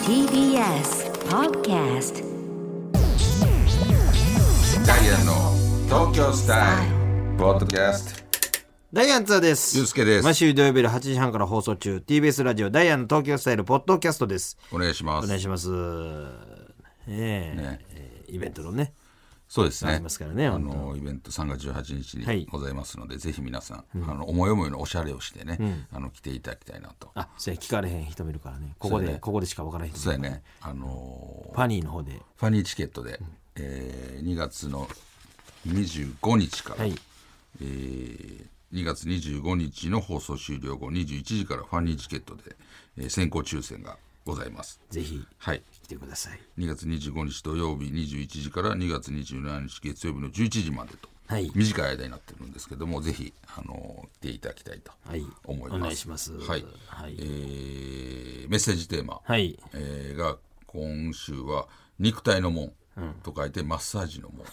TBS Podcast ダイアンの東京スタイルポッドキャストダイアンツァです。ゆうすけです毎週土曜日の8時半から放送中、TBS ラジオダイアンの東京スタイルポッドキャストです。お願いしまおす願いします。ええねえーイベントのね、そうですねありますからねあ本のイベント3月18日はいにございますので、ぜひ皆さん、あの思い思いのおしゃれをしてね、あの来ていただきたいなとあ、それ聞かれへん人もいるからね、ここそで、うやねここでしかわからへん人そうもいやるから。ねあのファニーの方で。ファニーチケットで、えー2月の25日から、はい。えー2月25日の放送終了後21時からファニーチケットで、えー先行抽選がございますぜひはい来てください。 2月25日土曜日21時から2月27日月曜日の11時までと、はい短い間になってるんですけどもぜひあの来ていただきたいとはい思います、お願いしますはいはいえーメッセージテーマ、はい。えーが今週は「肉体の門」と書いて「マッサージの門」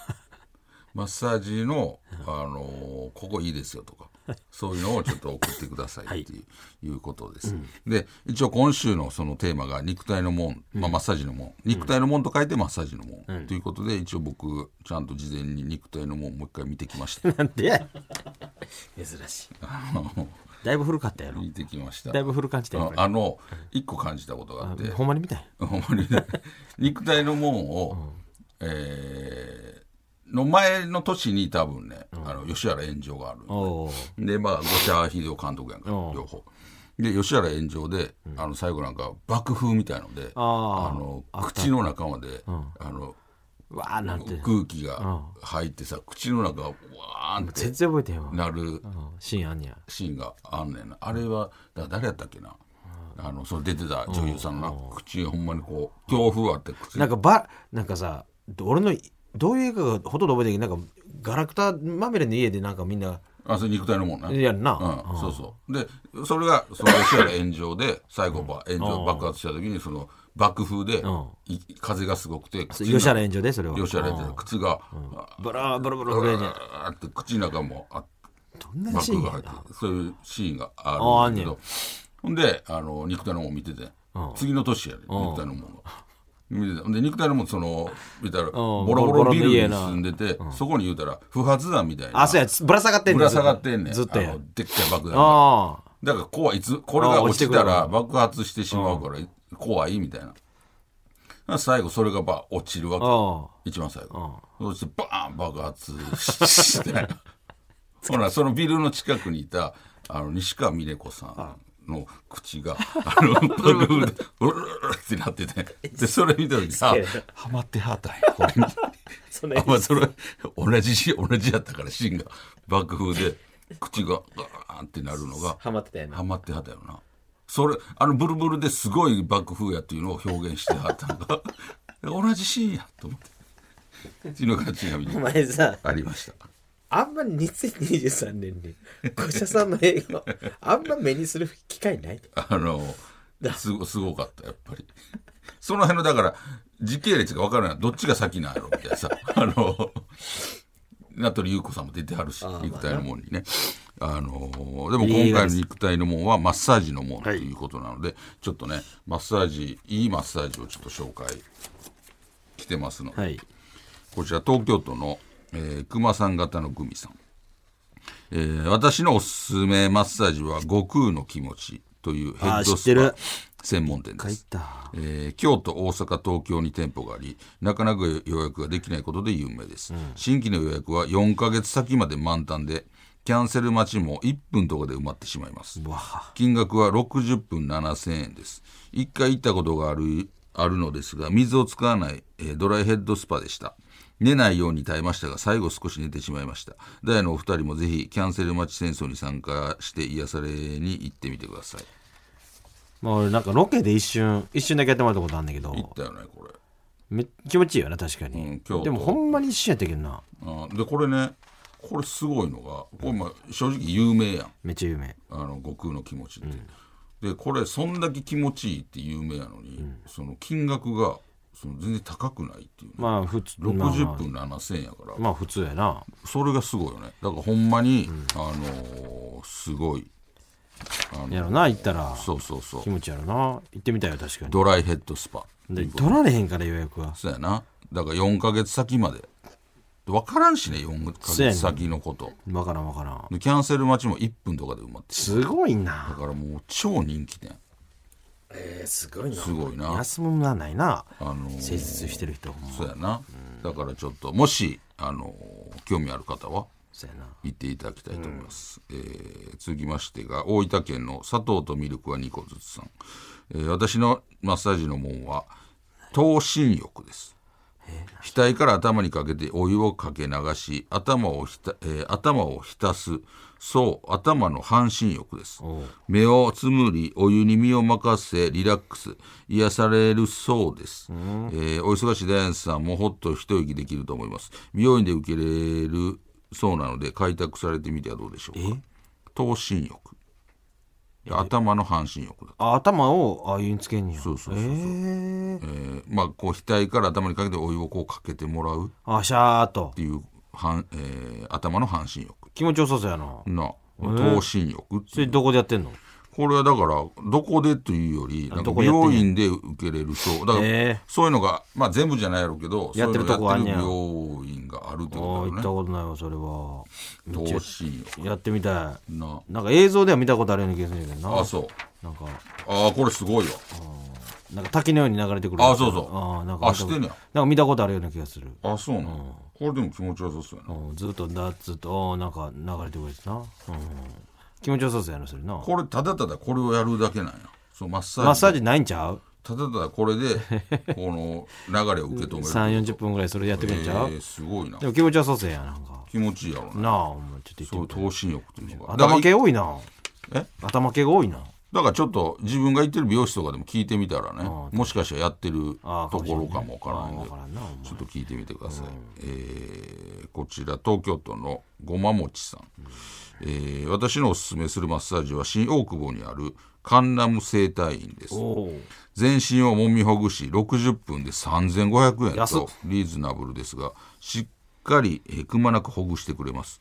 マッサージの、あのーここいいですよとか、そういうのをちょっと送ってくださいっていう,、い、うことです。で、一応今週のそのテーマが肉体の門、まあ、マッサージの門、肉体の門と書いてマッサージの門、ということで、一応僕、ちゃんと事前に肉体の門もう一回見てきま した。なんで珍しい。あのだいぶ古かったやろ。見てきました。だいぶ古感じたやあろ。あの、一個感じたことがあって、ほんまにみたい。ほんまにね肉体の門を、えーの前の年に多分ね、あの吉原炎上があるんでおお。でまあ五社秀夫監督やんかうん両方で吉原炎上で、あの最後なんか爆風みたいのであーの口の中まで、あのわあなんて。空気が入ってさ、口の中がわーんって全然覚えてへんわ。なるうんシーンあんねや。シーンがあんねんなあれはだ誰やったっけなあのその出てた女優さんのな口ほんまにこう強風あって口なんかばなんかさ俺のどういう映画がほとんど覚えてないけどなんかガラクタまみれの家でなんかみんなあそれ肉体のもんなやるな、うん、そうそうでそれがその吉原炎上で最後ば炎上爆発した時にその爆風でんい風がすごくてそう吉原炎上でそれは吉原炎上で靴があブラブラブラブブララブラーって口の中もあどんなシー爆ンがや入ってなてそういうシーンがあああるんんだねけんどほんであの肉体のもん見てて次の年やね肉体のもんが。見てたほんで肉体のもんその見たらボロボロビルに住んでてそこに言うたら不発弾みたいなあそうやつぶら下がってんぶねら下がってんねんずっとあやのでっかい爆弾がああだから怖いいつこれあがー落落ちてちくるたら爆発してしまうから怖いみたいな最後それがば落ちるわけあ一番最後そしてバーン爆発ししてほらそのビルの近くにいたあの西川峰子さんの口があの爆風でうるるるってなっててでそれ見た時さハマってはったんやこれに。それあまあ、それ同じし同じやったから芯が爆風で口がガーンってなるのがハマってたやなハマってはったよなそれあのブルブルですごい爆風やっていうのを表現してはったのが 同じシーンやと思ってっていうのがちなみに前さありましたあんまり2023年に五社さんの映画あんま目にする機会ないあのすごすごかったやっぱりその辺のだから時系列が分からないどっちが先なんやろみたいなさ あの名取裕子さんも出てはるし肉体の門にねあのでも今回の肉体の門はマッサージの門ということなので、ちょっとねマッサージいいマッサージをちょっと紹介来てますので、はいこちら東京都の、えー、熊さん型のグミさん、えー私のおすすめマッサージは悟空の気持ちというヘッドあー知ってるスパ専門店ですたえー京都大阪東京に店舗がありなかなか予約ができないことで有名です、新規の予約は4ヶ月先まで満タンでキャンセル待ちも1分とかで埋まってしまいます金額は60分7000円です1回行ったことがあるあるのですが水を使わない、えードライヘッドスパでした寝ないように耐えましたが最後少し寝てしまいましたダイヤのお二人もぜひキャンセル待ち戦争に参加して癒されに行ってみてくださいまあ俺なんかロケで一瞬一瞬だけやってもらったことあんだけど行ったよねこれめ気持ちいいよな確かに、うん京都でもほんまに一瞬やったけどなあでこれねこれすごいのがこれまあ正直有名やんめっちゃ有名あの悟空の気持ちって、でこれそんだけ気持ちいいって有名やのに、その金額がその全然高くないっていう、ねまあ普通まあま60あ分7000円やから、まあ普通やなそれがすごいよねだからほんまに、あのーすごいあのやろな行ったらそうそうそう気持ちやろな行ってみたいよ確かにドライヘッドスパで取られへんから予約はそうやなだから4ヶ月先まで分からんしね4ヶそうやね月先のことわからんわからんでキャンセル待ちも1分とかで埋まってるすごいだなからもう超人気店えー、すごいなすごいな休むはないなあのー誠実してる人ほんまそうやなだからちょっともしあのー興味ある方はそうやな行っていただきたいと思います、えー続きましてが大分県の砂糖とミルクは2個ずつさん、えー私のマッサージの門は頭身浴です額から頭にかけてお湯をかけ流し頭をひた、えー頭を浸すそう頭の半身浴ですおう目をつむりお湯に身を任せリラックス癒されるそうです、えーお忙しいダイアンさんもほっと一息できると思います美容院で受けれるそうなので開拓されてみてはどうでしょうか頭身浴頭の半身浴だ、あ頭をああいうにつけんねやそうそうそうそうえーえーまあこう額から頭にかけてお湯をこうかけてもらうっあシャーっとていう半、えー頭の半身浴気持ちよさそうやなな頭身浴ってそいれうどこでやってんのこれはだからどこでというよりなんかどこ美やってんの容院で受けれるそうだからえそういうのがまあ全部じゃないやろうけどやってるとこはあんねやそういうのやってる病院があるってー、こあとだー行ったよねことないわそれは投資やってみたいななんか映像では見たことあるような気がするんやけどなあそうなんかああこれすごいわなんか滝のように流れてくるあそうそうあーなんかあ知ってんねやなんか見たことあるような気がするあそうなのこれでも気持ちよさそうやなうんずっとだずっとあーなんか流れてくるやつな、うん、気持ちよさそうやなそれなマこれただただこれをやるだけなんやそうマッサッージサージないんちゃうただただこれでこの流れを受け 止める3 4 0分ぐらいそれやってくれんちゃう、えーすごいなでも気持ちよさそうやなんか気持ちいいやろうななあお前ちょそうっと言って投身欲というのみがだか頭ら系多いなえ頭系が多いなだからちょっと自分が行ってる美容室とかでも聞いてみたらねもしかしたらやってるとあーころかもわからないん分でからんなお前ちょっと聞いてみてください、えーこちら東京都のごまもちさん、えー私のおすすめするマッサージは新大久保にあるカンナム整体院ですおお全身をもみほぐし60分で3500円安っとリーズナブルですがしっかりえーくまなくほぐしてくれます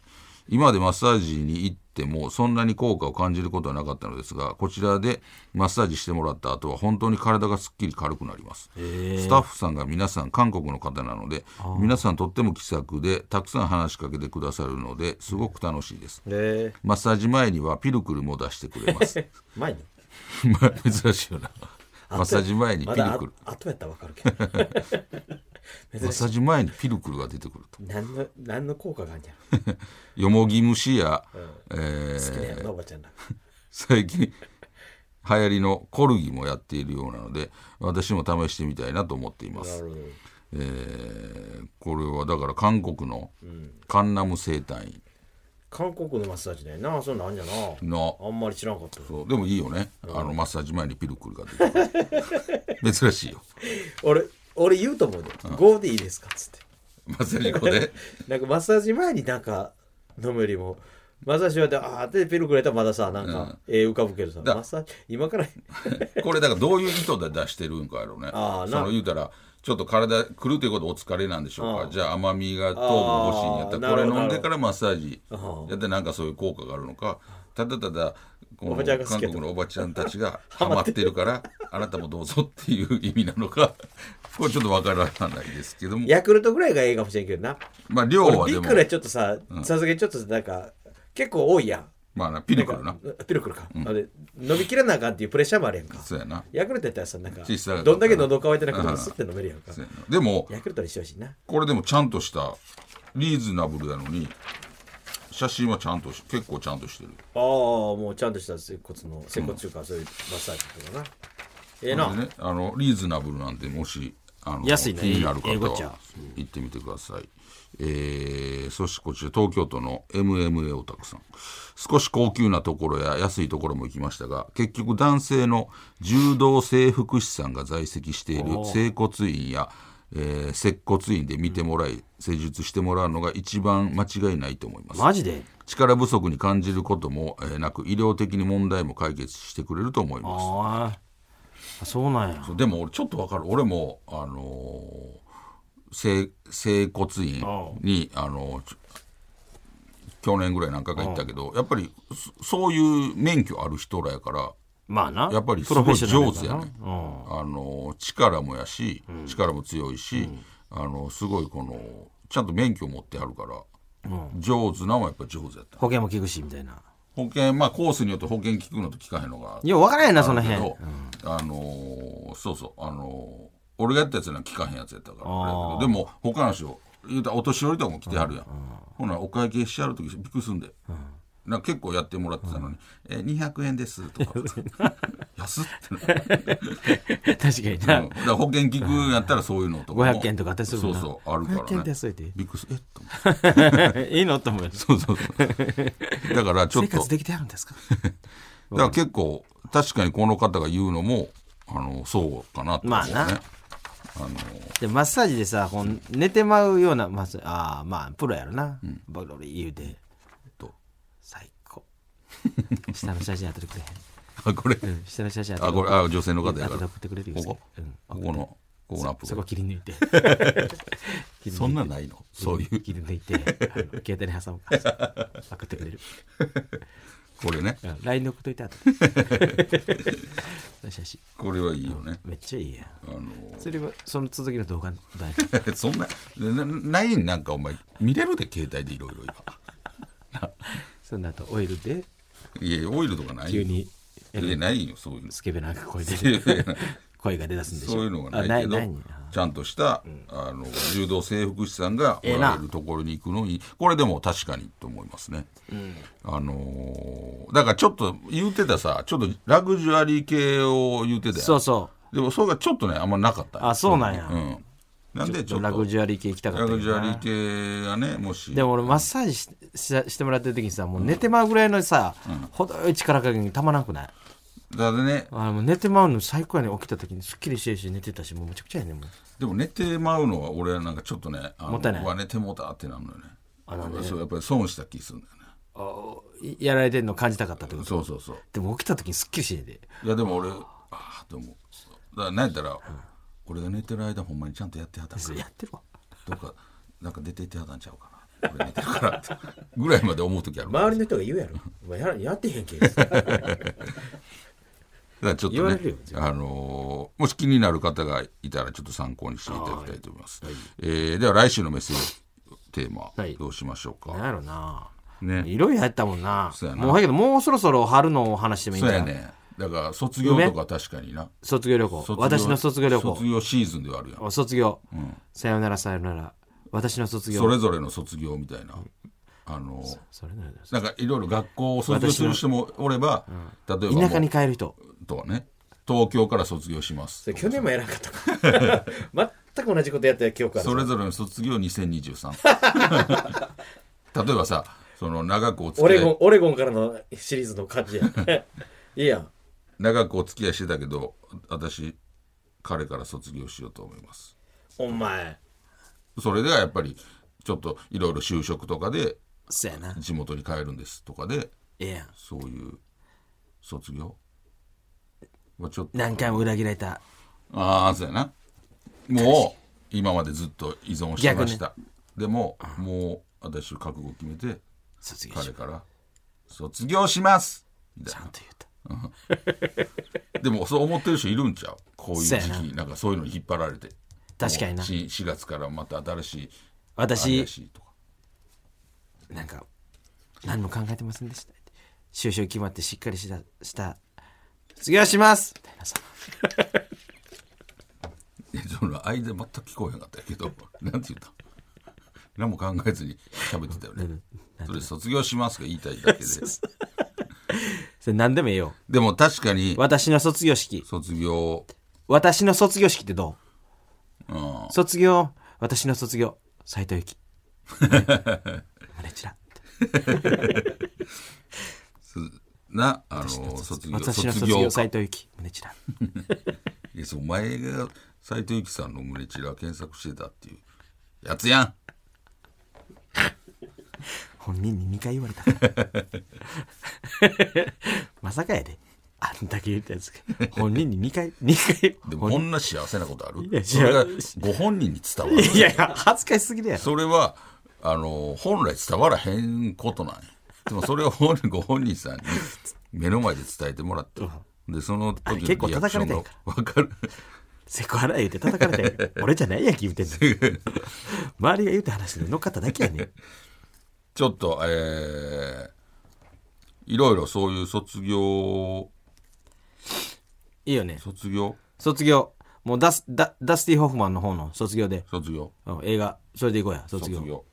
今までマッサージに行ってもそんなに効果を感じることはなかったのですがこちらでマッサージしてもらった後は本当に体がすっきり軽くなります、スタッフさんが皆さん韓国の方なので皆さんとっても気さくでたくさん話しかけてくださるのですごく楽しいですえマッサージ前にはピルクルも出してくれますうまいね まあ珍しいよなマッサージ前にピルクルあとやったら分かるけどマッサージ前にピルクルが出てくると。何の何の効果があるんじゃんよもぎ虫や、えー 好きなやろおばちゃんだ最近流行りのコルギもやっているようなので私も試してみたいなと思っています。えーこれはだから韓国のカンナム生態韓国のマッサージだよなそんなんあんじゃな院の、あんまり知らんかったそうでもいいよねあのマッサージ前にピルクルが出てく る珍しいよ俺俺言うと思うで「5でいいですか?」っつってマッサージ後でなんかマッサージ前になんか飲むよりもマッサージ終わってあーってピルくれたらまださなんか、ええ浮かぶけどさマだッサージ今から これだからどういう意図で出してるんかやろうねあーそなの言うたらちょっと体くるということお疲れなんでしょうかじゃあ甘みが糖分欲しいんやったあーならるほこどれ飲んでからマッサージあーやってなんかそういう効果があるのかただただこのおばちゃんが好韓きやと国のおばちゃんたち がハマってるからあなたもどうぞっていう意味なのか これちょっとわからないですけどもヤクルトぐらいがええかもしれんけどなまあ量は俺でピもクルはちょっとささすがにちょっとなんか結構多いやんまあなピリクルななんかピルクルか、あれ飲みきらなあかんっていうプレッシャーもあるやんかそうやなヤクルトやったらさなんか小さいどんだけ喉乾いてなくてうもんスッて飲めるやんかそうやなでもヤクルトにしてほしいなこれでもちゃんとしたリーズナブルやのに写真はちゃんとし結構ちゃんとしてるああもうちゃんとした接骨の接骨中か、そういうマッサージとかなええな、ね、あのリーズナブルなんでもしあの安いね気になる方ええごっちはゃ行ってみてください、えーそしてこちら東京都の MMA オタクさん少し高級なところや安いところも行きましたが結局男性の柔道整復師さんが在籍している整骨院や、えー接骨院で見てもらい施術してもらうのが一番間違いないと思いますマジで力不足に感じることも、えーなく医療的に問題も解決してくれると思いますああそうなんやそうでも俺ちょっとわかる俺もあのー整整骨院にあのーちょ去年ぐらい何回か行ったけど、やっぱりそそういう免許ある人らやからまあなやっぱりすプごロいフェッショナル上手やねからなうんあの力もやし力も強いし、あのすごいこのちゃんと免許持ってあるから、上手なんはやっぱ上手やった保険も効くしみたいな保険まあコースによって保険効くのと効かへんのがいや分からへんなそのけ辺ど、あのーそうそうあのー俺がやったやつなんか聞かへんやつやったからあれやけどでも他の人言うたらお年寄りとかも来てはるやん、ほなお会計してはる時びっくりすんで、なんか結構やってもらってたのに「え200円です」とか 「安っ」ってな、 確かにうなんだから保険聞くんやったらそういうのとかも500円とかあったりするそもうんなそうある から500円ねって安いってびっくりするえっと思って いいのと思うよそうそうそうだからちょっ生と活できてあるんですかだから結構確かにこの方が言うのもあのそうかなって思うね、まあなでマッサージでさほん寝てまうようなマッサージああまあプロやろな、バロリ言うてと最高 下の写真当ててくれへんあ これ、うん下の写真当てあこれあ女性の方や当かててら送ってくれるよここ、ここのここのアップそこ切り抜いて切り抜いてそんなんないのそういう切り抜 いてあの携帯に挟むからさ送ってくれるこれねうん LINE で送っといてあと 写真これはいいよね めっちゃいいやんあのそれはその続きの動画の大そんななないんなんかお前見れるで携帯でいろいろその後オイルで今いやオイルとかない急にいやないよそういうのスケベなんか声で や声が出だすんでしょそういうのがあないけどないねあちゃんとした、あの柔道整復師さんがええおなられるところに行くのにこれでも確かにと思いますね、あのーだからちょっと言うてたさちょっとラグジュアリー系を言うてたやんそうそうでもそれがちょっとねあんまなかったあそうなんやうん、なんでちょっとラグジュアリー系行きたかラったグけジュどアリなー系がねもしでも俺マッサージしししてもらってる時にさもう寝てまうぐらいのさ、程よい力加減たまらなくないだってねあもう寝てまうの最高やね起きた時にすっきりしてるし寝てたしもうむちゃくちゃやねもうでも寝てまうのは俺はなんかちょっとねあのもったいないうわ寝てもうたってなるのよねあなんでそうやっぱり損した気するんだよねあいやられてるの感じたかったってことそうそうそうでも起きた時にすっきりしてていやでも俺ああと思うだからなんやったら、俺が寝てる間ほんまにちゃんとやってはったんかそれやってるわどっかなんか出て行ってはったんちゃうかな俺寝てるからってぐらいまで思う時あるだか周りの人が言うやろお前やらやってへんけんらちょっ言とわねれるよあのーもし気になる方がいたらちょっと参考にしていただきたいと思います、えーでは来週のメッセージテーマ、はいどうしましょうか、なんやろなねいろいろやったもんなそうやなもうやけどもうそろそろ春のお話でもいいんそうじゃやない、ねだから卒業とか確かにな卒業旅行卒業私の卒業旅行卒業シーズンではあるやんお卒業、さよならさよなら私の卒業それぞれの卒業みたいなあのーそれならなんかいろいろ学校を卒業する人もおれば、例えばもう田舎に帰る人とはね東京から卒業しますそれ去年もやらんかったか 全く同じことやった記憶あるそれぞれの卒業2023 例えばさその長くお付オレき合ゴンいオレゴンからのシリーズの感じや いいやん長くお付き合いしてたけど私彼から卒業しようと思いますお前それではやっぱりちょっといろいろ就職とかでそうやな地元に帰るんですとかでええやんそういう卒業はちょっと何回も裏切られたああそうやなもう今までずっと依存してました、でももう私覚悟決めて卒業彼しから「卒業します!」みちたいゃんと言ったなでもそう思ってる人いるんちゃうこういう時そうや期なんかそういうのに引っ張られて確かにな 4, 月からまた新しい私怪しいとかなんか何も考えてませんでした就職決まってしっかりしたした卒業しますみたいなさいやその間全く聞こえへんかったけど なんて言った何も考えずに喋ってたよねそれ卒業しますが言いたい だけでそれ何でもええよでも確かに私の卒業式卒業私の卒業式ってどうんう卒業私の卒業斎藤由 貴胸ちらな、あの、卒業、私の卒卒業業か。斎藤由貴胸ちらいやそうお前が斎藤由貴さんの胸チラ検索してたっていうやつやん。本人に2回言 われたからまさかやであんだけ言ったやつが本人に2回2回でも、こんな幸せなことあるやそれが幸ご本人に伝わる。いやいや恥ずかしすぎだよそれは、あの本来伝わらへんことなんやでもそれを本人ご本人さんに目の前で伝えてもらってでその時結構のリアクションが叩か分かるセクハラ言うて叩かれたやんけ俺じゃないやんけ言うてんの周りが言うて話で乗っかっただけやねん ちょっとえーいろいろそういう卒業いいよね卒業卒業もうダスダダスティ・ホフマンの方の卒業で、卒業うん映画それでいこうや卒卒業卒業業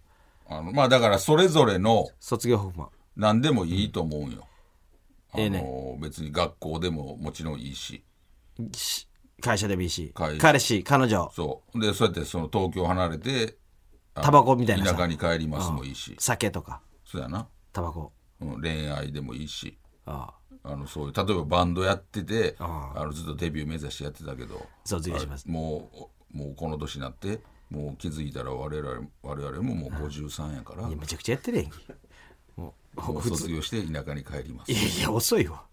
あのまあだからそれぞれのホフマン何でもいいと思うんよ、うんええあの別に学校でももちろんいいしし会社でもいいし会社彼氏彼女そうでそうやってその東京離れてあのタバコみたいな田舎さに帰りますもいいし酒とかそうやな、タバコうん、恋愛でもいいしあああのそういう例えばバンドやっててああのずっとデビュー目指してやってたけど卒業しますあもうもうこの年になってもう気づいたら我々我々ももう53やからいやめちゃくちゃやってるやんけもうもう普通卒業して田舎に帰ります いやいや遅いわ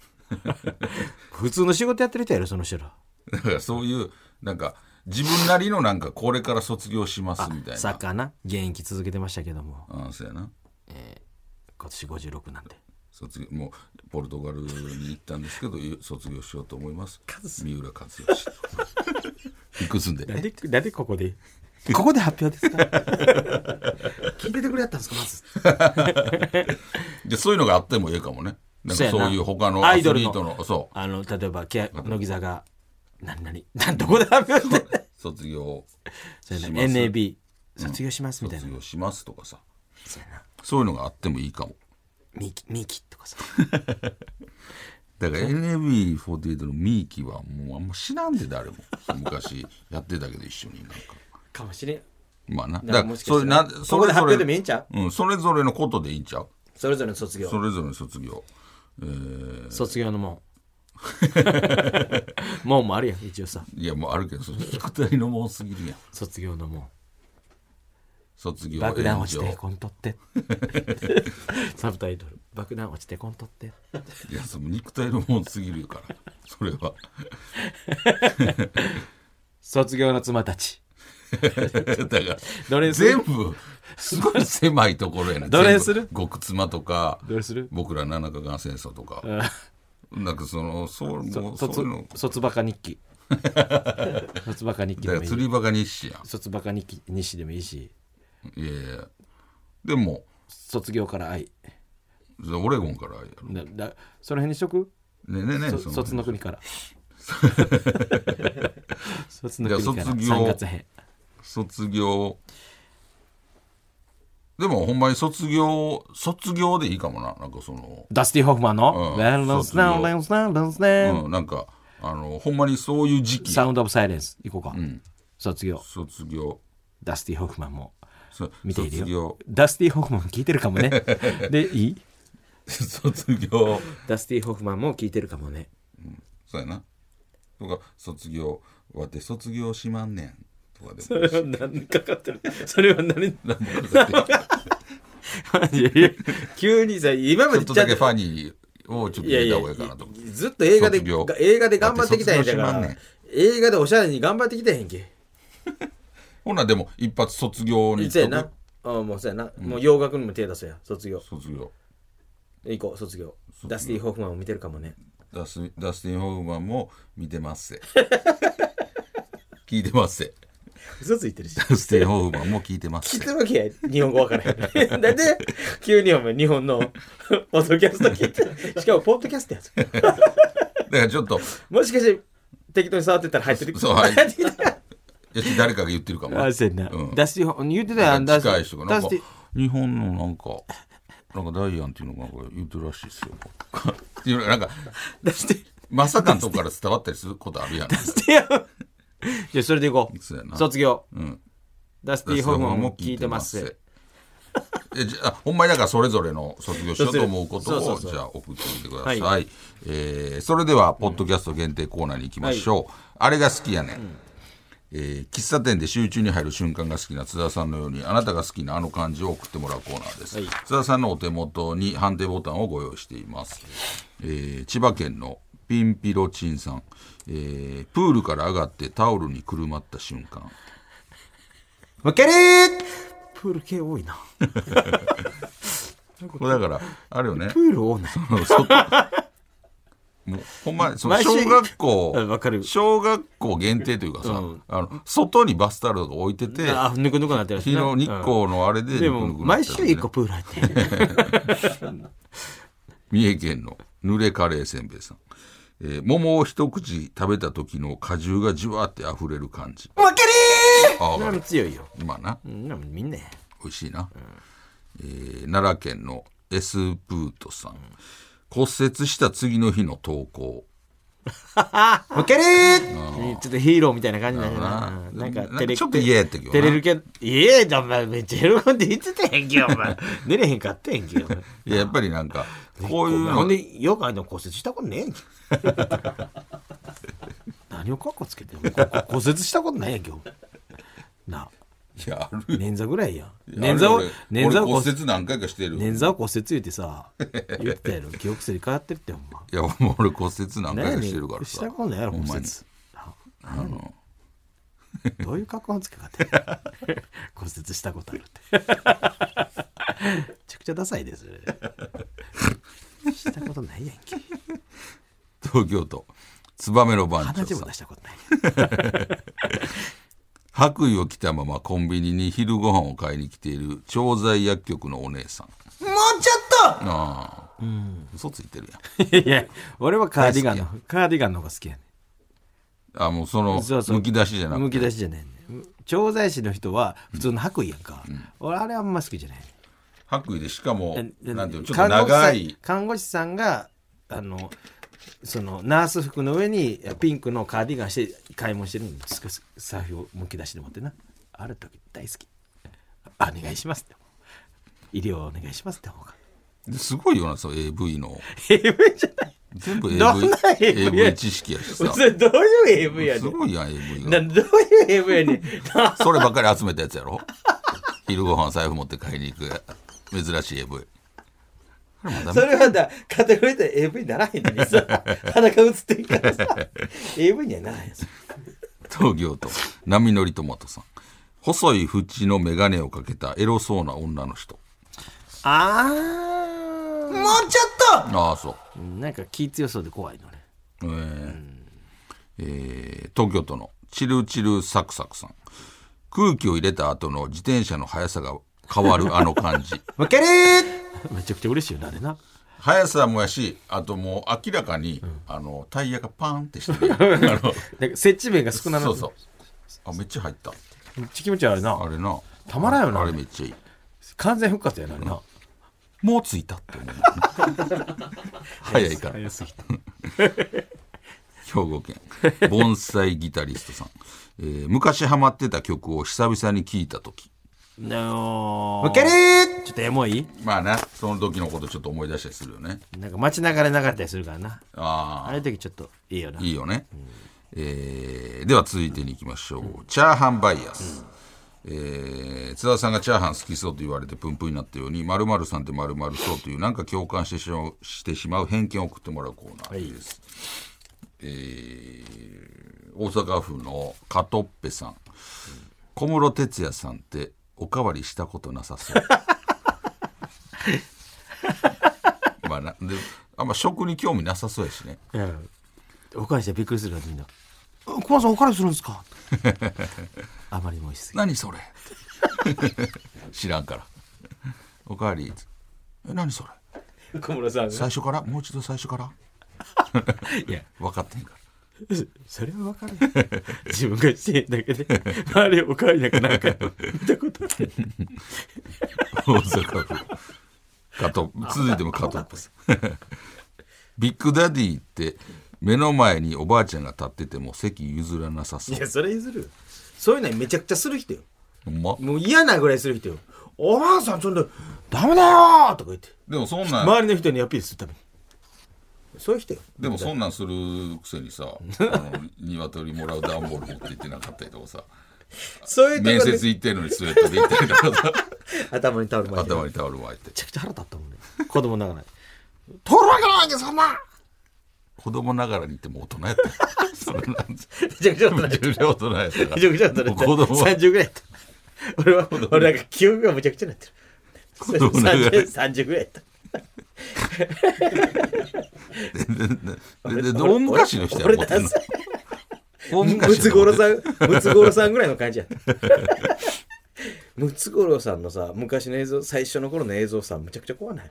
普通の仕事やってる人やろその人らだからそういうなんか自分なりのなんかこれから卒業しますみたいサッなカーな現役続けてましたけどもうんそうやな今年56なんで卒業もうポルトガルに行ったんですけどゆ卒業しようと思います三浦知良いくつんでなんでなんでここでここで発表ですか聞いててくれやったんですかまずでそういうのがあってもええかもねなんそうかやなそういう他のアアイスドルリのートのそうあの例えばけ乃木坂何 何何どこで発表して 卒業それなします NAB 卒業しますみたいな、卒業しますとかさそうやなそういうのがあってもいいかもミキミキとかさだから NAB48 のミーキはもうあんま知らんで誰も昔やってたけど一緒になんかかもしれんまあなだかだらからもしそかれしなたらそそこでれぞ発表でもいいれんちゃうんそれぞれのことでいいんちゃううそれぞれの卒業それぞれの卒業えー卒業の門門もあるやん一応さいやもうあるけどそれ聞くたりのもんすぎるやん卒業の門卒業爆弾落ち炎て上こんとってサブタイトル爆弾落ちてこんとっていやその肉体のもんすぎるからそれは卒業の妻たち だからどれにする全部すごい狭いところやねどれにする全部極妻とかどれする僕ら七日間戦争とかなんかそのそうもうそう卒いうの卒バカ日 記卒バカ日記だからでもい釣いりバカ日誌や卒バカ日記西でもいいしんいやいやでも卒業から愛オレゴンからやるだだその辺にしとくねえねえねえそその卒の国から卒のじゃあ国から卒業3月編卒業でもほんまに卒業卒業でいいかもななんかそのダスティ・ホフマンのう「んランランスナンランスナンランスナンうん、なんかあのほんまにそういう時期サウンド・オブ・サイレンス」行こうか卒業卒業ダスティ・ホフマンもそ見ているよ卒業ダスティ・ホフマンも聞いてるかもねでいい卒業ダスティ・ホフマンも聞いてるかもねそうやなとか卒業わて卒業しまんねんとかでも何かかってるそれは何なんかだっていやいや急にさ今まちょでっとちゃだんけとファニーをちょっといや入れいやた方がいいかなと思ってずっと映画で卒業が映画で頑張ってきたんやだかだって卒業しまんらねん映画でおしゃれに頑張ってきたんやんけほなでも一発卒業にいつやなあもうそうやな、もう洋楽にも手出そうや卒業卒業行こう卒業ダスティ・ホフマンを見てるかもねダスダスティン・ホフマンも見てますせ聞いてますせ嘘ついてるしダスティン・ホフマンも聞いてます聞いせてるわけや日本語わからへん だって急にお前 日本のポッドキャスト聞いてしかもポッドキャストやつだからちょっともしかして適当に触ってたら入ってるそうはい 入ってきたいや誰かが言ってるかもなあせんな、うんダスティ・ホフ言ってたやんなダんスか近い人がなダんスかティ日本のなんかなんかダイアンっていうのがなんか言ってるらしいですよっていうのがなんかダスティまさかのとこから伝わったりすることあ るやんダスティホフじゃあそれでいこそうやなう卒業うんダステダスティ・ィホンフホフママンンもも聞聞いいててまますすせ えじゃあほんまにだからそれぞれの卒業しようと思うことそうをそうそうじゃあ送ってみてください、はえーそれではポッドキャスト限定コーナーに行きましょう、あれが好きやねん、えー喫茶店で集中に入る瞬間が好きな津田さんのようにあなたが好きなあの漢字を送ってもらうコーナーです、津田さんのお手元に判定ボタンをご用意しています、えー千葉県のピンピロチンさん、えープールから上がってタオルにくるまった瞬間むけりープール系多いな。これだからあれよねプール多ない。外もうほんまにその毎週小学校うんわかる小学校限定というかさ、うんあの外にバスタオルが置いててあ、ぬくぬくなってるし日なの日光のあれうでんでぬくも、ぬくなっ毎てる週一個プール入ってる。三重県の濡れカレーせんべいさん、えー桃を一口食べた時の果汁がじわって溢れる感じ負けりあーそ れあも強いよ。今なうんでもみんなや。美味しいな、えー奈良県のエスプートさん、骨折した次の日の投稿負けりーちょっとヒーローみたいな感じだよなな。るほどななんかなんか照れちょっと嫌やったけどな照れるけど、いやだ、お前めっちゃ喜んで言ってたやんけ、お 前。寝れへんかったやんけ、お前。いややっぱりなんかこういうほのんで、よくあの骨折したことねえやんけ。 何をかっこつけてんのここ骨折したことないやんけ、お前なあ、いやある捻挫ぐらいやん。いやある捻挫を俺、捻挫を俺骨骨折。折何回かしてる捻挫を骨折言うてさ、言ってたやろ。記憶すり変わってるって、ほんま。いやもう俺骨折何回ねかえしてるからしさたことないやろ、ほん骨ま折に。なあのどういう格好のつけ方や 骨折したことあるって。めちゃくちゃダサいです。したことないやんけ。東京都燕の番鼻長血さもん出したことない。白衣を着たままコンビニに昼ご飯を買いに来ている調剤薬局のお姉さんもうちょああ、嘘ついてるやんっといや、俺はカーディガンの、カーディガンの方が好きやねあもうそのそうそうむき出しじゃなくむてき出しじゃないね調剤師の人は普通の白衣やんか。俺、あれあんま好きじゃない。白衣でしかもえなんていうのちょっと看護師さん長い看護師さんがあのそのナース服の上にピンクのカーディガンして買い物してるのにすくすく財布をむき出して持ってなある時大好きあお願いしますって思う医療お願いしますって方がですごいよなその AV の AV じゃない全部どん AV, な AV や AV 知識やしさそれどういう AV やすねんごいやん AV がなどういう AV やね んなそればっかり集めたやつやろ昼ご飯財布持って買いに行く珍しい AV あれまだそれはだカテゴリーで AV にならへんのにさ裸映ってんから さ AV にはならへんよそれ東京都波乗りトマトさん細い縁の眼鏡をかけたエロそうな女の人あーもうちょっああそうとなんか気強そうで怖いのねえーえー東京都のチルチルサクサクさん空気を入れた後の自転車の速さが変わ るあの感じ負けるーめちゃくちゃ嬉しいよなあれな速さもやしあともう明らかに、あのタイヤがパーンってしてるあの なんか接地面が少なめそうそうあめっちゃ入っためっちゃ気持ち悪いなあれなたまらんよなあれめっちゃいい完全復活やなあれなもう着いたって思う早いから早すぎた兵庫県盆栽ギタリストさん、えー昔ハマってた曲を久々に聴いた時のけるちょっとエモいまあねその時のことちょっと思い出したりするよねなんか街中で流れたりするからな。あああいう時ちょっといいよな。あいいよね、えーでは続いてに行きましょう、チャーハンバイアス、えー津田さんがチャーハン好きそうと言われてプンプンになったように〇〇さんって〇〇そうというなんか共感してしまうしてしまう偏見を送ってもらうコーナーです、えー大阪府のカトッペさん小室哲哉さんっておかわりしたことなさそう まあなであんま食に興味なさそうやしねうん。おかわりしてびっくりするわ、みんな。小松さんおかわりするんですかあまりにも美味しすぎ何それ 知らんからおかわりえ何それ小室さんが最初からもう一度最初からいや、分かってへんかそれはわかる。 自分がしてんだけで、周りおかわりなんかなんか見たことない。ら大阪府カトップ続いてもカトップビッグダディって目の前におばあちゃんが立ってても席譲らなさそういやそれ譲るそういうのめちゃくちゃする人よほんまもう嫌なぐらいする人よおばあさんちょっとダメだよーとか言ってでもそんなん、周りの人にアピールするために。そういう人よでもそんなんするくせにさあの鶏もらう段ボール持って行ってなかったりとかさそういうと面ころ接で行ってんのにスウェットで行ったりとかさ頭にタオル巻いて頭にタオル巻いてめちゃくちゃ腹立ったもんね。子供ながら。取るわけないんけそんな子供ながらに言っても大人や った。それなんです。めちゃくちゃ大人めちゃくちゃ大人やったから。 めちゃくちゃ大人だったもう子供は30ぐらいやった俺は、俺なんか記憶がむちゃくちゃになってる。子供ながら 30, 30ぐらいやった。ででで大昔の人や俺思って んの何歳大昔のムツゴロウさん、ムツゴロウさんぐらいの感じやった。 ムツゴロウさんのさ、昔の映像、最初の頃の映像さ、むちゃくちゃ怖ない。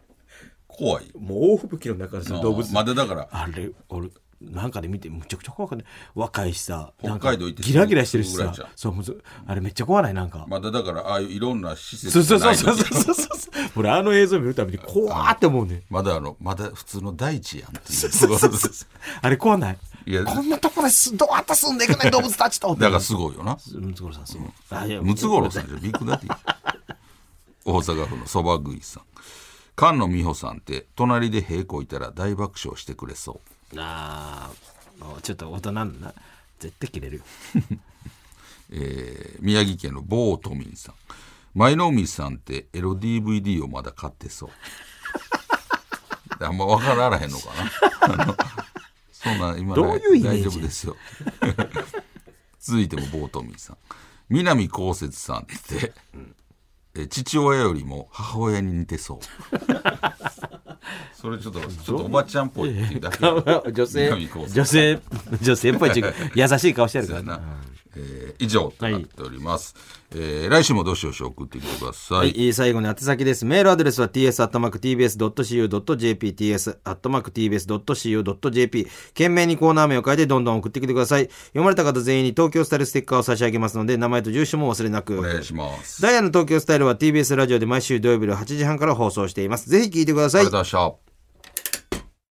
怖いもう大吹雪の中でさ、動物まだだからあれ俺なんかで見てむちゃくちゃ怖かった若いしさなんか北海道行ってギラギラしてるしすぐぐらいじさゃんそうむずあれめっちゃ怖ないなんか、まだだからああいういろんな施設そうそうそうそうがない時そうそう 俺あの映像見るたびに怖ーって思うねんまだあのまだ普通の大地やんっていうそうそう そうそうあれ怖ないいやこんなところですどうやって住んでいくねん動物たちとだからすごいよな ムツゴロウさんすごいあいやムツゴロウさんじゃビッグダディ大阪府のそば食いさん菅野美穂さんって隣で平こいたら大爆笑してくれそうあーちょっと大人なんだな絶対切れるよえー宮城県の某都民さん舞の海さんってエロ DVD をまだ買ってそう あんま分かられへんのかなあのそんなん今どういうイメー大ジ丈夫ですよ 続いても某都民さん南こうせつさんって、え父親よりも母親に似てそうそれちょっとちょっとおばちゃんっぽいっていうだけ女性南こうせつさん女性女性っぽいちゅうか優しい顔してるからなな、えー以上となっております、えー来週もどしどし送ってきてください、はい、最後に宛先です。メールアドレスは ts.tbs.co.jp、ts.tbs.co.jp。懸命にコーナー名を変えてどんどん送ってきてください。読まれた方全員に東京スタイルステッカーを差し上げますので、名前と住所もお忘れなく。お願いします。ダイヤの東京スタイルは TBS ラジオで毎週土曜日の8時半から放送しています。ぜひ聞いてくださあいりがとうご。ざいました。